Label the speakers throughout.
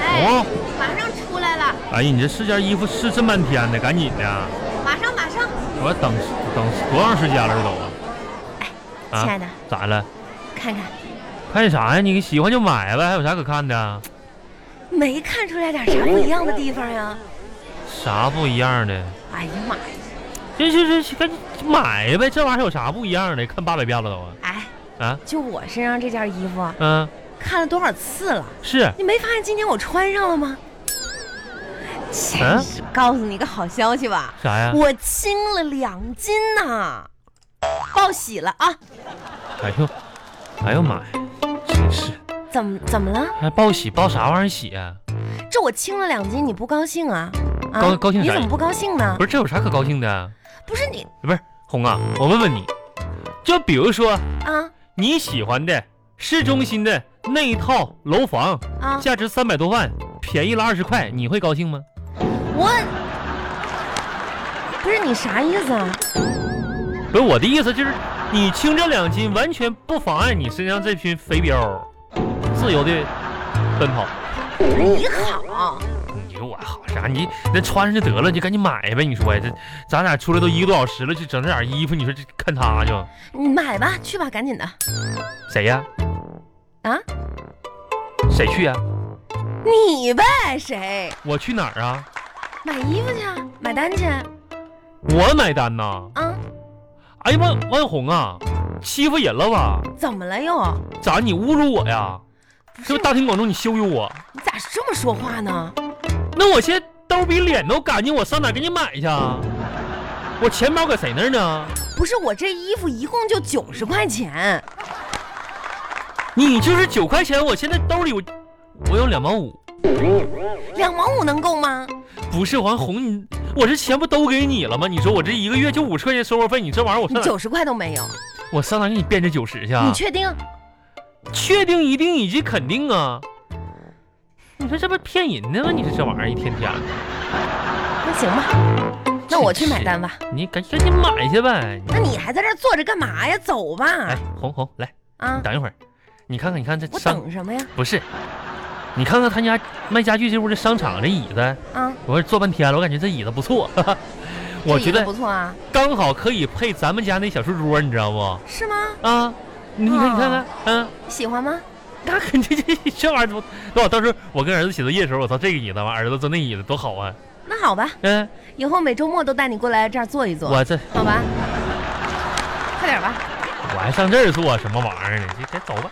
Speaker 1: 哎
Speaker 2: 哦哎呀，你这试件衣服试这么半天呢，赶紧的！
Speaker 1: 马上马上，
Speaker 2: 我等等多长时间了都啊？
Speaker 1: 亲爱的，
Speaker 2: 咋了？
Speaker 1: 看看，
Speaker 2: 看啥呀？你喜欢就买呗，还有啥可看的？
Speaker 1: 没看出来点啥不一样的地方呀？
Speaker 2: 啥不一样的？
Speaker 1: 哎呀妈呀！
Speaker 2: 这这这赶紧买呗，这玩意儿有啥不一样的？看八百遍了都啊！
Speaker 1: 哎，
Speaker 2: 啊，
Speaker 1: 就我身上这件衣服啊，
Speaker 2: 嗯，
Speaker 1: 看了多少次了？
Speaker 2: 是
Speaker 1: 你没发现今天我穿上了吗？真
Speaker 2: 嗯
Speaker 1: 是，告诉你个好消息吧，
Speaker 2: 啥呀？
Speaker 1: 我轻了两斤呐、报喜了啊！
Speaker 2: 哎呦，哎呦妈呀！真是，
Speaker 1: 怎么怎么了？
Speaker 2: 还报喜报啥玩意儿喜啊？
Speaker 1: 这我轻了两斤，你不高兴啊？啊
Speaker 2: 高高兴啥
Speaker 1: 你
Speaker 2: 呀
Speaker 1: 怎么不高兴呢
Speaker 2: 不？是这有啥可高兴的？
Speaker 1: 不是你
Speaker 2: 不是红啊，我问问你，就比如说
Speaker 1: 啊
Speaker 2: 你喜欢的市中心的那一套楼房，
Speaker 1: 啊！
Speaker 2: 价值三百多万，便宜了二十块，你会高兴吗？
Speaker 1: 我不是你啥意思啊？
Speaker 2: 不是我的意思就是，你轻这两斤完全不妨碍你身上这群肥膘自由的奔跑。
Speaker 1: 你好，啊
Speaker 2: 你说我好啥？你那穿上就得了，你赶紧买呗。你说呀，这咱俩出来都一个多小时了，就整这点衣服，你说这看他就
Speaker 1: 你买吧，去吧，赶紧的
Speaker 2: 谁呀？
Speaker 1: 啊！
Speaker 2: 谁去呀？
Speaker 1: 你呗，谁
Speaker 2: 我去哪儿啊？
Speaker 1: 买衣服去啊？买单去啊？
Speaker 2: 我买单呐！哎呀妈，万红啊，欺负人了吧？
Speaker 1: 怎么了又？
Speaker 2: 咋你侮辱我呀？
Speaker 1: 不
Speaker 2: 是不
Speaker 1: 是
Speaker 2: 是大庭广众你羞辱我？
Speaker 1: 你咋这么说话呢？
Speaker 2: 那我现在兜比脸都干净，我上哪给你买去？啊？我钱包搁谁那儿呢？
Speaker 1: 不是我这衣服一共就九十块钱，
Speaker 2: 你就是九块钱，我现在兜里我我有两毛五，
Speaker 1: 两毛五能够 吗？
Speaker 2: 不是王红你，我这钱不都给你了吗？你说我这一个月就五十块钱生活费，你这玩意儿我
Speaker 1: 你
Speaker 2: 上哪
Speaker 1: 九十块都没有，
Speaker 2: 我上哪给你变这九十去？啊
Speaker 1: 你？确定？
Speaker 2: 确定一定以及肯定啊！你说这不骗人呢吗？你说这玩意儿一天天的。
Speaker 1: 那行吧，那我去买单吧。
Speaker 2: 你赶赶紧买去呗。
Speaker 1: 那你还在这儿坐着干嘛呀？走
Speaker 2: 哎
Speaker 1: 吧。，
Speaker 2: 红红，来，
Speaker 1: 啊
Speaker 2: 你，等一会儿，你看看，你看这
Speaker 1: 我
Speaker 2: 商
Speaker 1: 等什么呀？
Speaker 2: 不是，你看看他家卖家具这屋这商场这椅子，
Speaker 1: 啊，
Speaker 2: 我坐半天了，我感觉这椅子不错， 哈哈我
Speaker 1: 这
Speaker 2: 觉
Speaker 1: 椅子
Speaker 2: 得
Speaker 1: 不错啊，
Speaker 2: 刚好可以配咱们家那小书桌，你知道不？
Speaker 1: 是吗？
Speaker 2: 啊，你你看你看看，嗯、
Speaker 1: 喜欢吗？
Speaker 2: 那肯定这这玩意儿多，多好到时候我跟儿子写作业的时候，我操这个椅子，完儿子坐那椅子多好啊！
Speaker 1: 那好吧，
Speaker 2: 嗯、
Speaker 1: 以后每周末都带你过来这儿坐一坐，
Speaker 2: 我这
Speaker 1: 好吧？快点吧。
Speaker 2: 我还上这儿坐什么玩意儿呢？这这走吧，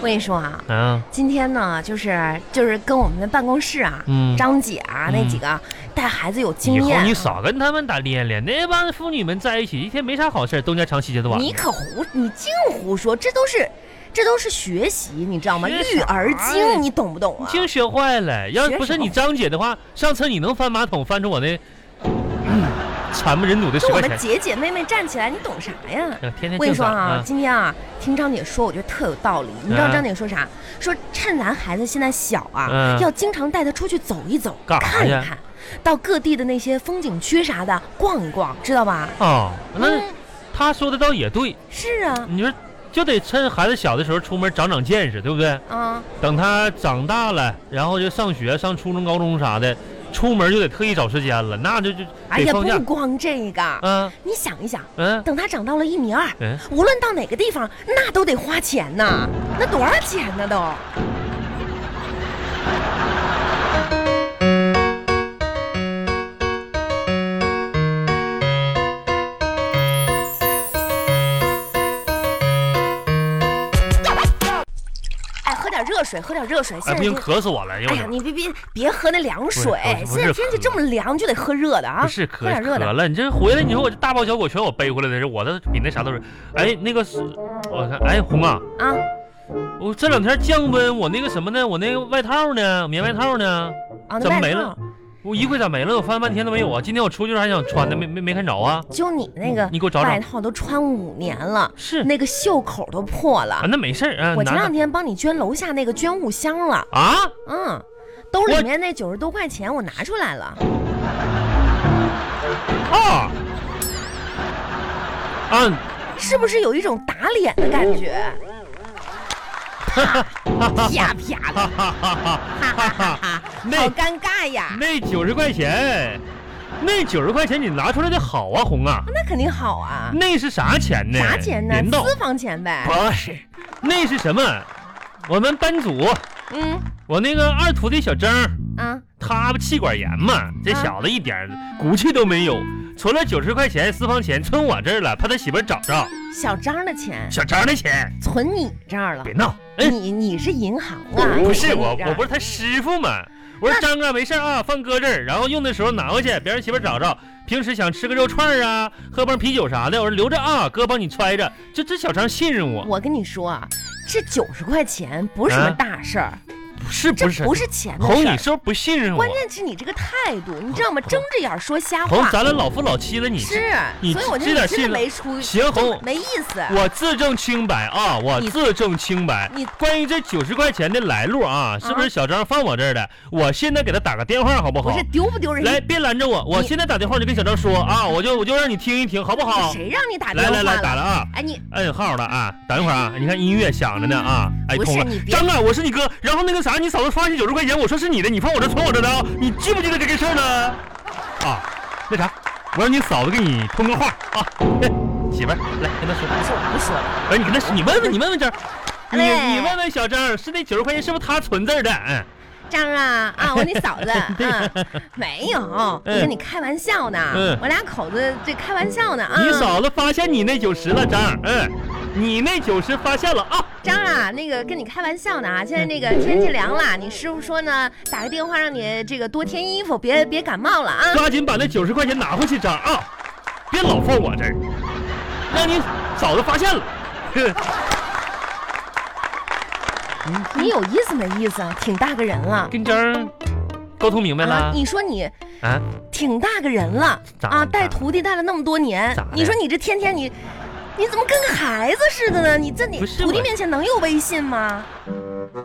Speaker 1: 我跟你说啊，
Speaker 2: 啊，
Speaker 1: 今天呢，就是就是跟我们的办公室啊，
Speaker 2: 嗯。
Speaker 1: 张姐啊那几个带孩子有
Speaker 2: 以
Speaker 1: 经
Speaker 2: 后
Speaker 1: 验，
Speaker 2: 你少跟他们打连连，那帮妇女们在一起一天没啥好事儿，东家长西家短。
Speaker 1: 你可胡，你净胡说，这都是这都是学习，你知道吗？
Speaker 2: 学
Speaker 1: 育儿
Speaker 2: 啥呀
Speaker 1: 经，你懂不懂啊？
Speaker 2: 净学坏了。要
Speaker 1: 学
Speaker 2: 不是
Speaker 1: 什么
Speaker 2: 你张姐的话，上次你能翻马桶翻出我那、 嗯惨不忍睹的十
Speaker 1: 就我
Speaker 2: 块
Speaker 1: 们
Speaker 2: 钱。
Speaker 1: 姐姐妹妹站起来，你懂啥呀？
Speaker 2: 哎天天
Speaker 1: 我跟你
Speaker 2: 净
Speaker 1: 说
Speaker 2: 啥
Speaker 1: 啊
Speaker 2: 啊，，
Speaker 1: 今天啊，听张姐说，我觉得特有道理。你知道
Speaker 2: 嗯
Speaker 1: 张姐说啥？说趁咱孩子现在小啊，
Speaker 2: 嗯
Speaker 1: 要经常带他出去走一走，
Speaker 2: 干啥
Speaker 1: 看一
Speaker 2: 呀
Speaker 1: 看，到各地的那些风景区啥的逛一逛，知道吧？
Speaker 2: 哦，那
Speaker 1: 嗯，
Speaker 2: 他说的倒也对，
Speaker 1: 是啊，
Speaker 2: 你说就得趁孩子小的时候出门长长见识，对不对？
Speaker 1: 啊，
Speaker 2: 等他长大了，然后就上学，上初中、高中啥的，出门就得特意找时间了，那就就
Speaker 1: 哎
Speaker 2: 得
Speaker 1: 呀，
Speaker 2: 放假
Speaker 1: 不。光这个，
Speaker 2: 嗯
Speaker 1: 你想一想，
Speaker 2: 嗯
Speaker 1: 等他长到了一米二，
Speaker 2: 嗯，
Speaker 1: 无论到哪个地方，那都得花钱呐，那多少钱呢都？哎，喝点热水，喝点热水。
Speaker 2: 哎
Speaker 1: 现在
Speaker 2: 不行，
Speaker 1: 天，
Speaker 2: 渴死我了，哎呦
Speaker 1: 哎
Speaker 2: 我
Speaker 1: 呀，
Speaker 2: 天
Speaker 1: 你别别别喝那凉水
Speaker 2: 不是，不是
Speaker 1: 现在天气这么凉，就得喝热的啊。
Speaker 2: 不是渴
Speaker 1: 喝点热
Speaker 2: 渴
Speaker 1: 的。
Speaker 2: 了，你这回来你说我这大包小裹全我背回来的，我的比那啥都是。哎，那个是，我看，哎，红啊，
Speaker 1: 啊，
Speaker 2: 我这两天降温，我那个什么呢？我那个外套呢？棉外套呢？
Speaker 1: 啊，那
Speaker 2: 怎么
Speaker 1: 外
Speaker 2: 没
Speaker 1: 套
Speaker 2: 了？我衣柜咋没了？我翻半天都没有啊！今天我出去还想穿的，没没没看着啊。
Speaker 1: 就你那个
Speaker 2: 你给我找找
Speaker 1: 外套都穿五年了，
Speaker 2: 是
Speaker 1: 那个袖口都破
Speaker 2: 啊，
Speaker 1: 了。
Speaker 2: 那没事儿嗯啊，
Speaker 1: 我前
Speaker 2: 拿
Speaker 1: 两天帮你捐楼下那个捐物箱了，
Speaker 2: 啊，
Speaker 1: 嗯，兜里
Speaker 2: 我
Speaker 1: 面那九十多块钱我拿出来了。
Speaker 2: 啊啊，
Speaker 1: 是不是有一种打脸的感觉？啪啪啪
Speaker 2: 哈
Speaker 1: 的，
Speaker 2: 哈哈哈哈哈哈哈！
Speaker 1: 好
Speaker 2: 那
Speaker 1: 尴尬呀。
Speaker 2: 那九十块钱，那九十块钱你拿出来的好啊，红啊，
Speaker 1: 那肯定好啊，
Speaker 2: 那是啥钱呢？
Speaker 1: 啥钱呢？
Speaker 2: 人道
Speaker 1: 私房钱呗。
Speaker 2: 不是，那是什么？我们班组，
Speaker 1: 嗯
Speaker 2: 我那个二徒弟小张，
Speaker 1: 啊，
Speaker 2: 他不气管炎嘛，这
Speaker 1: 啊
Speaker 2: 小子一点骨气都没有，存了九十块钱私房钱，存我这儿了，怕他媳妇儿找着。
Speaker 1: 小张的钱
Speaker 2: 小张的钱，
Speaker 1: 存你这儿了
Speaker 2: 别，闹，哎，
Speaker 1: 你你是银行啊？
Speaker 2: 不是我，我不
Speaker 1: 是
Speaker 2: 是他师傅嘛。我说张啊，没事儿啊，放哥这儿，然后用的时候拿回去，别让媳妇儿找着。平时想吃个肉串儿啊，喝瓶啤酒啥的，我说留着啊，哥帮你揣着。这这小张信任我，
Speaker 1: 我跟你说啊，这九十块钱不是什么大事儿，
Speaker 2: 不是
Speaker 1: 这
Speaker 2: 啊不是
Speaker 1: 不，是钱的
Speaker 2: 红，
Speaker 1: 事
Speaker 2: 你
Speaker 1: 儿。
Speaker 2: 是不是不信任我
Speaker 1: 关？键是你这个态度，你知道吗？
Speaker 2: 红
Speaker 1: 睁着眼说瞎
Speaker 2: 红，
Speaker 1: 话，
Speaker 2: 咱俩老夫老妻了，你
Speaker 1: 是，啊
Speaker 2: 你
Speaker 1: 所以我
Speaker 2: 这
Speaker 1: 就
Speaker 2: 点
Speaker 1: 真
Speaker 2: 信
Speaker 1: 的
Speaker 2: 了
Speaker 1: 没出，
Speaker 2: 行红，
Speaker 1: 没意思。
Speaker 2: 我自证清白啊！我
Speaker 1: 你
Speaker 2: 自证清白
Speaker 1: 你。
Speaker 2: 关于这九十块钱的来路啊，是不是小张放我这儿的？我现在给他打个电话好不
Speaker 1: 不
Speaker 2: 好
Speaker 1: 是？丢不丢人？
Speaker 2: 来，别拦着我，我
Speaker 1: 你
Speaker 2: 现在打电话就跟小张说啊，我就我就让你听一听，好不好？
Speaker 1: 谁让你打电
Speaker 2: 来
Speaker 1: 话
Speaker 2: 来来，打了啊！
Speaker 1: 哎，你
Speaker 2: 摁号了啊！等一会儿啊，你看音乐响着呢啊！哎，
Speaker 1: 不是
Speaker 2: 通了
Speaker 1: 你。别
Speaker 2: 张啊，我是你哥。然后那个啥，你嫂子发现九十块钱，我说是你的，你放我这存我这的啊！你记不记得这个事儿呢？啊，那啥，我让你嫂子给你通个话啊。嘿媳妇儿，来跟她说。哎
Speaker 1: 不是我不说了，
Speaker 2: 不是你跟他说，你问问你问问张，你
Speaker 1: 嗯哎
Speaker 2: 你问问小张，是那九十块钱是不是他存字儿的？嗯，
Speaker 1: 张啊啊，我那嫂子啊，没有，我
Speaker 2: 嗯
Speaker 1: 跟你开玩笑呢
Speaker 2: 嗯，
Speaker 1: 我俩口子这开玩笑呢啊。
Speaker 2: 你嫂子发现你那九十了，张，嗯，你那九十发现了啊，
Speaker 1: 张啊，那个跟你开玩笑呢啊，现在那个天气凉了，你师傅说呢，打个电话让你这个多添衣服，别别感冒了啊。
Speaker 2: 抓紧把那九十块钱拿回去，张啊，别老放我这儿，让你嫂子发现了。 哼
Speaker 1: 你有意思没意思啊？挺大个人了，
Speaker 2: 跟张沟通明白
Speaker 1: 啊
Speaker 2: 了，
Speaker 1: 你说你
Speaker 2: 啊？
Speaker 1: 挺大个人了
Speaker 2: 咋
Speaker 1: 啊，
Speaker 2: 的
Speaker 1: 带徒弟带了那么多年
Speaker 2: 咋的，
Speaker 1: 你说你这天天你，你怎么跟个孩子似的呢？你在你
Speaker 2: 不是
Speaker 1: 徒弟
Speaker 2: 我
Speaker 1: 面前能有微信吗？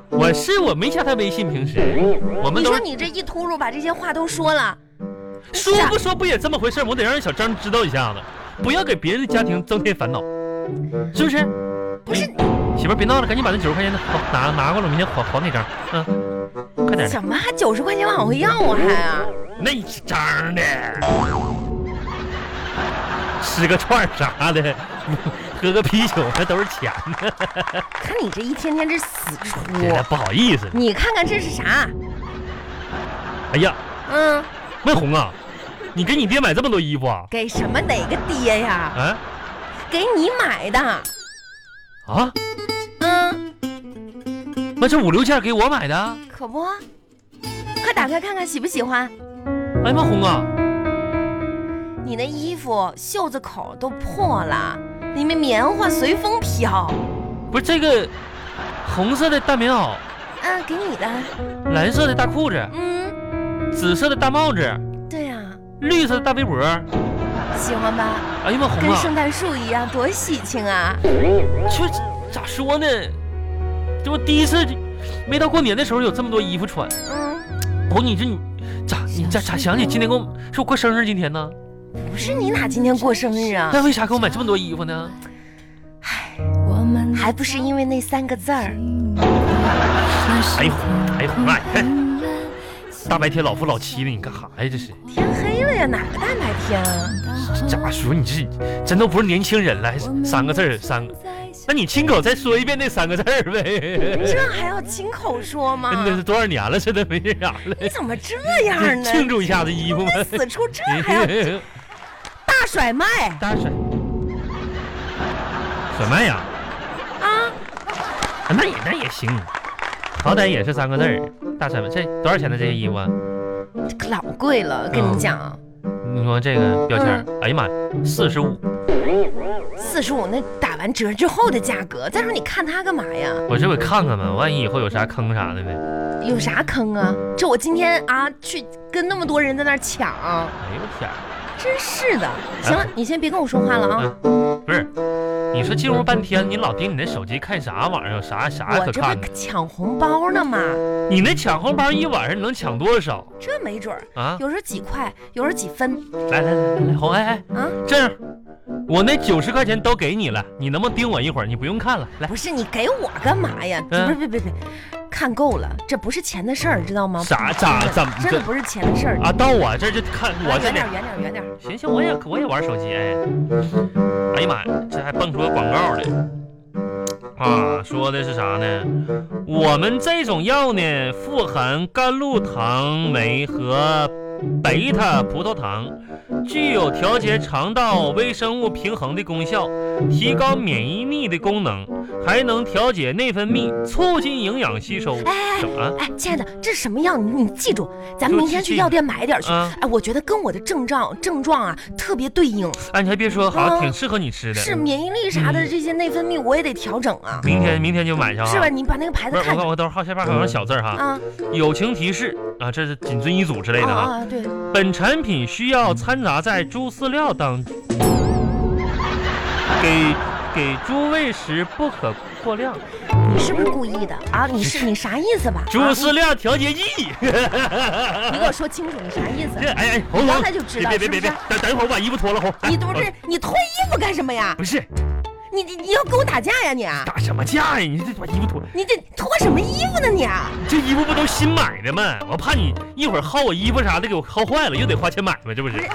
Speaker 2: 我是我没加他微信，平时我们
Speaker 1: 你
Speaker 2: 都
Speaker 1: 说
Speaker 2: 是
Speaker 1: 你这一秃噜把这些话都说了，
Speaker 2: 说
Speaker 1: 啊
Speaker 2: 不说不也这么回事儿？我得让小张知道一下子，不要给别人的家庭增添烦恼，是不是？
Speaker 1: 不是
Speaker 2: 哎媳妇儿别闹了，赶紧把那九十块钱拿拿拿过来，我明天还还给张。嗯，快点儿的。
Speaker 1: 怎么还九十块钱往回要我还啊？
Speaker 2: 那是张的，吃个串儿啥的，喝个啤酒那都是钱呢。
Speaker 1: 看你这一天天这死出，
Speaker 2: 真的不好意思。
Speaker 1: 你看看这是啥？
Speaker 2: 哎呀，
Speaker 1: 嗯，
Speaker 2: 魏红啊，你给你爹买这么多衣服啊？
Speaker 1: 给什么哪个爹呀？
Speaker 2: 啊
Speaker 1: 给你买的，
Speaker 2: 啊，
Speaker 1: 嗯，
Speaker 2: 那这五六件给我买的？啊
Speaker 1: 可不，快打开看看喜不喜欢。
Speaker 2: 哎呀妈，红啊，
Speaker 1: 你那衣服袖子口都破了，里面棉花随风飘。
Speaker 2: 不是这个红色的大棉袄，
Speaker 1: 啊，给你的。
Speaker 2: 蓝色的大裤子，
Speaker 1: 嗯，
Speaker 2: 紫色的大帽子，
Speaker 1: 对呀、
Speaker 2: 绿色的大围脖。哎
Speaker 1: 喜欢吧？
Speaker 2: 呀妈，红
Speaker 1: 跟
Speaker 2: 啊！
Speaker 1: 圣诞树一样，多喜庆啊！
Speaker 2: 这咋说呢？这不第一次，没到过年的时候有这么多衣服穿。
Speaker 1: 嗯，
Speaker 2: 红，你这你咋你咋咋想起今天给我是我过生日今天呢？
Speaker 1: 不是你哪今天过生 日啊？
Speaker 2: 那为啥给我买这么多衣服呢？
Speaker 3: 我们
Speaker 1: 还不是因为那三个字儿。
Speaker 2: 哎
Speaker 3: 哎
Speaker 2: 呦
Speaker 3: 呦，
Speaker 2: 哎
Speaker 3: 哎
Speaker 2: 呦
Speaker 3: 呦，
Speaker 2: 妈
Speaker 3: 妈
Speaker 2: 呀大
Speaker 3: 大
Speaker 2: 白
Speaker 3: 白
Speaker 2: 天
Speaker 3: 天
Speaker 2: 老
Speaker 3: 老
Speaker 2: 夫
Speaker 3: 夫
Speaker 2: 老
Speaker 3: 老
Speaker 2: 妻
Speaker 3: 妻
Speaker 2: 的，
Speaker 3: 的，
Speaker 2: 你
Speaker 3: 你
Speaker 2: 干
Speaker 3: 干
Speaker 2: 啥
Speaker 3: 啥
Speaker 2: 呀？这
Speaker 3: 呀？这
Speaker 2: 是
Speaker 3: 是，
Speaker 1: 天黑了呀，哪个大白天啊？
Speaker 2: 咋说你这真都不是年轻人了，三个字儿三个。那你亲口再说一遍那三个字儿呗。
Speaker 1: 这还要亲口说吗？
Speaker 2: 那是多少年了，这都没这啥
Speaker 1: 你怎么啊这样哎
Speaker 2: 了，庆
Speaker 1: 呢？
Speaker 2: 祝一下子衣 服吗？
Speaker 1: 死出这还要大甩卖
Speaker 2: 大甩甩卖呀？
Speaker 1: 啊？
Speaker 2: 啊那也那也行，好歹也是三个字儿，大甩卖。这多少钱的这些衣服啊？
Speaker 1: 这可老贵了，跟你讲，
Speaker 2: 嗯你说这个标签儿，
Speaker 1: 嗯
Speaker 2: 哎呀妈呀，四十五！
Speaker 1: 四十五那打完折之后的价格。再说你看它干嘛呀？
Speaker 2: 我这回看看吧，万一以后有啥坑啥的呗。
Speaker 1: 有啥坑啊？这我今天啊去跟那么多人在那儿抢，
Speaker 2: 哎呦我天儿！
Speaker 1: 真是的。行
Speaker 2: 哎
Speaker 1: 了，你先别跟我说话了啊，
Speaker 2: 嗯，不是，你说进屋半天，你老盯你那手机看啥玩意儿？有啥啥
Speaker 1: 我
Speaker 2: 可
Speaker 1: 这
Speaker 2: 看的？
Speaker 1: 不抢红包呢吗？
Speaker 2: 你那抢红包一晚上能抢多少
Speaker 1: 这没准儿，
Speaker 2: 啊？
Speaker 1: 有时候几块，有时候几分
Speaker 2: 来来来来来，红哎哎，
Speaker 1: 啊。
Speaker 2: 这样，我那九十块钱都给你了，你能不能盯我一会儿？你不用看了，来
Speaker 1: 不，是你给我干嘛呀？
Speaker 2: 嗯
Speaker 1: 不是，不是，不是，看够了，这不是钱的事儿，知道吗？
Speaker 2: 咋咋
Speaker 1: 真的
Speaker 2: 怎么
Speaker 1: 真的哎不是钱的事儿。
Speaker 2: 啊，到我这儿就看我这
Speaker 1: 远
Speaker 2: 里
Speaker 1: 点，。远点，远点。
Speaker 2: 行行，我也我也玩手机，哎，哎呀妈，呀，这还蹦出个广告来。啊，说的是啥呢？我们这种药呢，富含甘露糖酶和贝塔葡萄糖，具有调节肠道微生物平衡的功效，提高免疫力的功能，还能调节内分泌，促进营养吸收。
Speaker 1: 哎
Speaker 2: 什么？
Speaker 1: 哎，亲爱的，这是什么药？你你记住，咱们明天去药店买点去。
Speaker 2: 啊，
Speaker 1: 哎，我觉得跟我的症状症状啊特别对应，
Speaker 2: 哎，你还别说，好像
Speaker 1: 啊
Speaker 2: 挺适合你吃的。
Speaker 1: 是免疫力啥的这些内分泌我也得调整啊，
Speaker 2: 明天明天就买上啊。
Speaker 1: 是吧？你把那个牌
Speaker 2: 不是，
Speaker 1: 子
Speaker 2: 我
Speaker 1: 看
Speaker 2: 看
Speaker 1: 看
Speaker 2: 我等会儿好下边好像小字儿哈，
Speaker 1: 啊
Speaker 2: 友情提示啊，这是谨遵医嘱之类
Speaker 1: 啊
Speaker 2: 的哈。
Speaker 1: 啊！对，
Speaker 2: 本产品需要掺杂在猪饲料当中，给给诸喂食不可过
Speaker 1: 啊
Speaker 2: 量。
Speaker 1: 你是不是故意的啊？你是你啥意思吧？
Speaker 2: 猪
Speaker 1: 啊
Speaker 2: 饲料调节剂。
Speaker 1: 你你给我说清楚，你啥意
Speaker 2: 这
Speaker 1: 思？
Speaker 2: 哎哎，红
Speaker 1: 刚
Speaker 2: 红
Speaker 1: 才就，知
Speaker 2: 别
Speaker 1: 道
Speaker 2: 别别别
Speaker 1: 是不是
Speaker 2: 别，等等一会儿我把衣服脱了，红。哎
Speaker 1: 你不
Speaker 2: 我
Speaker 1: 是你脱衣服干什么呀？
Speaker 2: 不是
Speaker 1: 你你你要跟我打架呀你？啊
Speaker 2: 打什么架呀？你这把衣服脱，
Speaker 1: 你这脱什么衣服呢你？啊
Speaker 2: 这衣服不都新买的吗？我怕你一会儿薅我衣服啥的给我薅坏了，又得花钱买吗？这不是
Speaker 1: 不是